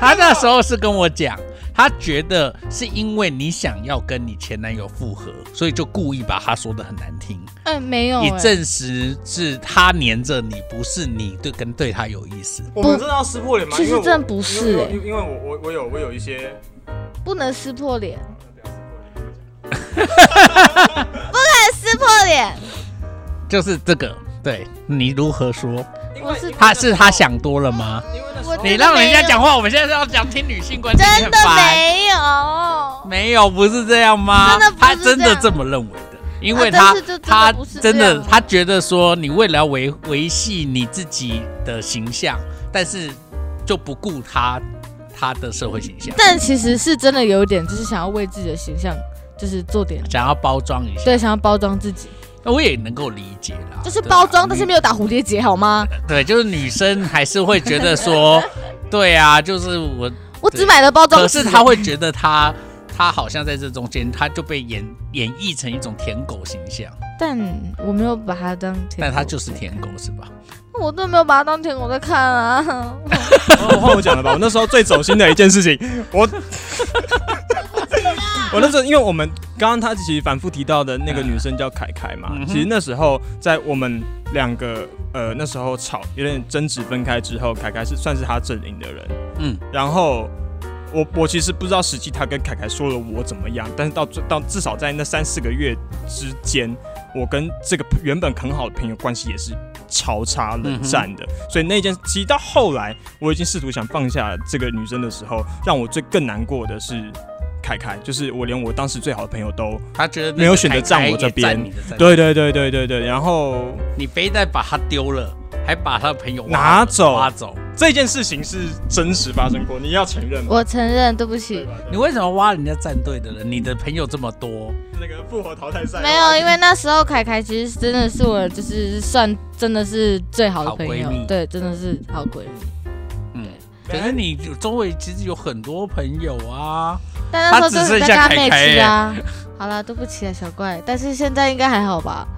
他那时候是跟我讲，他觉得是因为你想要跟你前男友复合，所以就故意把他说的很难听，嗯，没有、以欸，证实是他黏着你，不是你对跟对他有意思。我们真的要撕破脸吗？其实因为我真的不是因为欸因为因为我我我有我有一些，不能撕 破脸，撕破脸，就是这个，对你如何说？因我为是他是他想多了吗？因为那时我候你让人家讲话，我们现在是要讲听女性观点，你真很的烦没有。没有，不是这样吗？真的不是他真这的样这么认为的，因啊为但他、是就真的他不是真这的样啊他觉得说，你为了要维维系你自己的形象，但是就不顾他他的社会形象，但其实是真的有一点，就是想要为自己的形象，就是做点，想要包装一下。对，想要包装自己，我也能够理解啦，就是对啊包装，但是女没有打蝴蝶结，好吗？对，就是女生还是会觉得 说，对啊，就是我，我只买了包装可纸，是他会觉得他他好像在这中间，他就被演演绎成一种舔狗形象，但我没有把它当舔狗，但他就是舔狗，是吧？我都没有把它当舔狗在看啊。哦换我讲了吧。我那时候最走心的一件 事情，我我那时候因为我们刚刚他其实反复提到的那个女生叫凯凯嘛嗯，哼其实那时候在我们两个呃那时候吵有点争执分开之后，凯凯是算是他阵营的人，嗯。然后我我其实不知道实际他跟凯凯说了我怎么样，但是到最到至少在那三四个月之间，我跟这个原本很好的朋友关系也是超差冷战的，所以那件其实到后来我已经试图想放下这个女生的时候，让我最更难过的是凯凯，就是我连我当时最好的朋友都。他觉得那个没有选择站我这边凯凯也站你的站，对对对对对对，然后你非但把他丢了，还把他的朋友挖拿走挖走。这件事情是真实发生过，你要承认吗？ 我承认，对不对起，吧你为什么挖人家战队的人？你的朋友这么多，那个复活淘汰赛啊没有，因为那时候凯凯其实真的是我，就是算真的是最好的朋友好闺蜜，对，真的是好闺蜜。嗯，可是你周围其实有很多朋友啊。但那时他候只就是剩在下跟他凯妹凯吃啊。好啦，对不起啊，小怪，但是现在应该还好吧？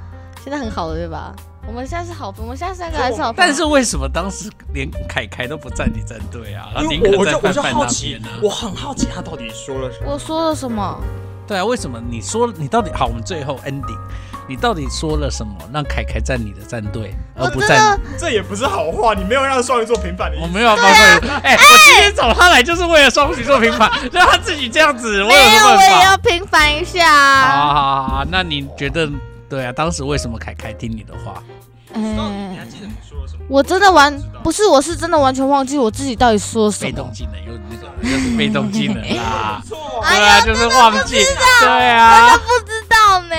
现在很好了对吧？我们现在是好朋友，我们现在三个还是好朋友。但是为什么当时连凯凯都不站你战队啊？然后因宁为可我我在就我范就范好那奇边呢，？我很好奇他到底说了什么。我说了什么？对啊，为什么你说你到底好？我们最后 ending，你到底说了什么让凯凯站你的战队，而我哦不真站的这也不是好话，你没有让双鱼座平反的意我思。没有要帮双鱼啊座，哎、我今天找他来就是为了双鱼座平反， 让他自己这样 子，我有没什有，么我也办法？要平反一下好好啊。好好，那你觉得对啊？当时为什么凯凯听你的话？哎，还记得你说了什么？我真的完知道，不是，我是真的完全忘记我自己到底说了什被动么。技能又那个就是被动技能 啦错，哎对啊，就是忘记，对啊，不知道呢。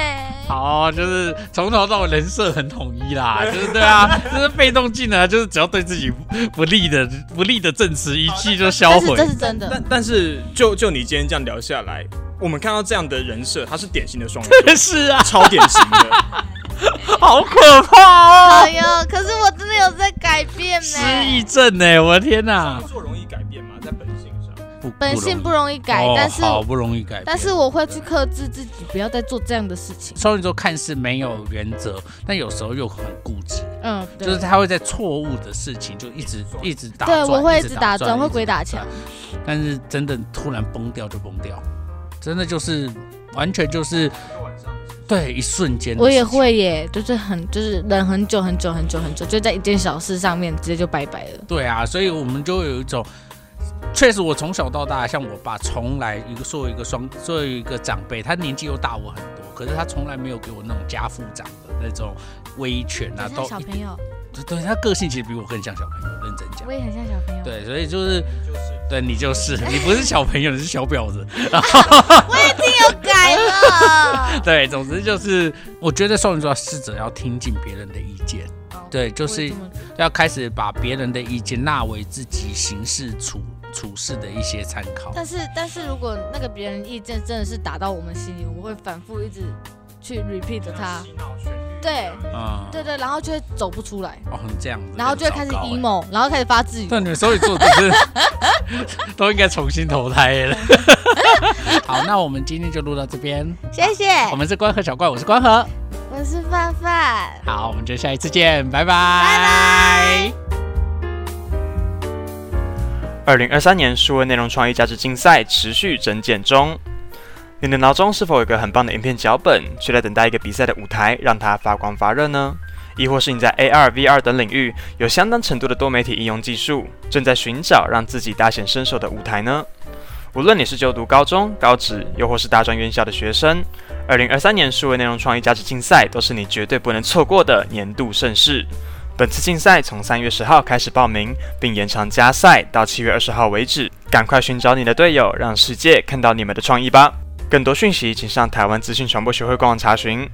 好，哦就是从头到尾人设很统一啦，就是对啊，就是被动技能啊就是只要对自己不利的不利的证词一记就销但是毁这。是真的，但但是就就你今天这样聊下来，我们看到这样的人设，他是典型的双鱼 座，是啊，超典型的。 好可怕哦！哎呦，可是我真的有在改变失呢。忆症哎、我的天哪！做容易改变吗？在本性上，不本性不容易改，哦但是好不容易改变，但是我会去克制自己，不要再做这样的事情。双鱼座看似没有原则，但有时候又很固执，嗯，对就是他会在错误的事情就一直一直打对，转，我会一一直直打转，会鬼一直打墙。啊但是真的突然崩掉就崩掉，真的就是完全就是对一瞬间。我也，会耶，就是很就是忍很久很久很久很久，就在一件小事上面直接就拜拜了。对啊，所以我们就有一种。确实，我从小到大，像我爸，从来一个作为一个双作为一个长辈，他年纪又大我很多，可是他从来没有给我那种家父长的那种威权啊，都很像小朋友，对他个性其实比我更像小朋友，认真讲我。也很像小朋友。，对，所以就是，对你就是你不是小朋友，你是小婊子。改了。 对，总之就是，我觉得双鱼座要试着要听进别人的意见，对，就我也是这么觉得要开始把别人的意见纳为自己行事处处事的一些参考。但是但是如果那个别人意见真的是打到我们心里，我们会反复一直去 repeat 它。对嗯，对对，然后就会走不出来，哦，这样子，然后就会开始。emo，然欸后开始发自语。但你们双鱼座只是 都应该重新投胎了。 好，那我们今天就录到这边。谢谢，我们是关河小怪，我是关河。我是范范。好，我们就下一次见，拜拜。拜拜二零二三年数位内容创意价值竞赛持续征建中。你的脑中是否有一个很棒的影片脚本，却在等待一个比赛的舞台让它发光发热呢？亦或是你在 AR、VR 等领域有相当程度的多媒体应用技术，正在寻找让自己大显身手的舞台呢？无论你是就读高中、高职，又或是大专院校的学生，二零二三年数位内容创意价值竞赛都是你绝对不能错过的年度盛事。本次竞赛从三月十号开始报名，并延长加赛到七月二十号为止。赶快寻找你的队友，让世界看到你们的创意吧！更多讯息请上台湾资讯传播学会官网查询。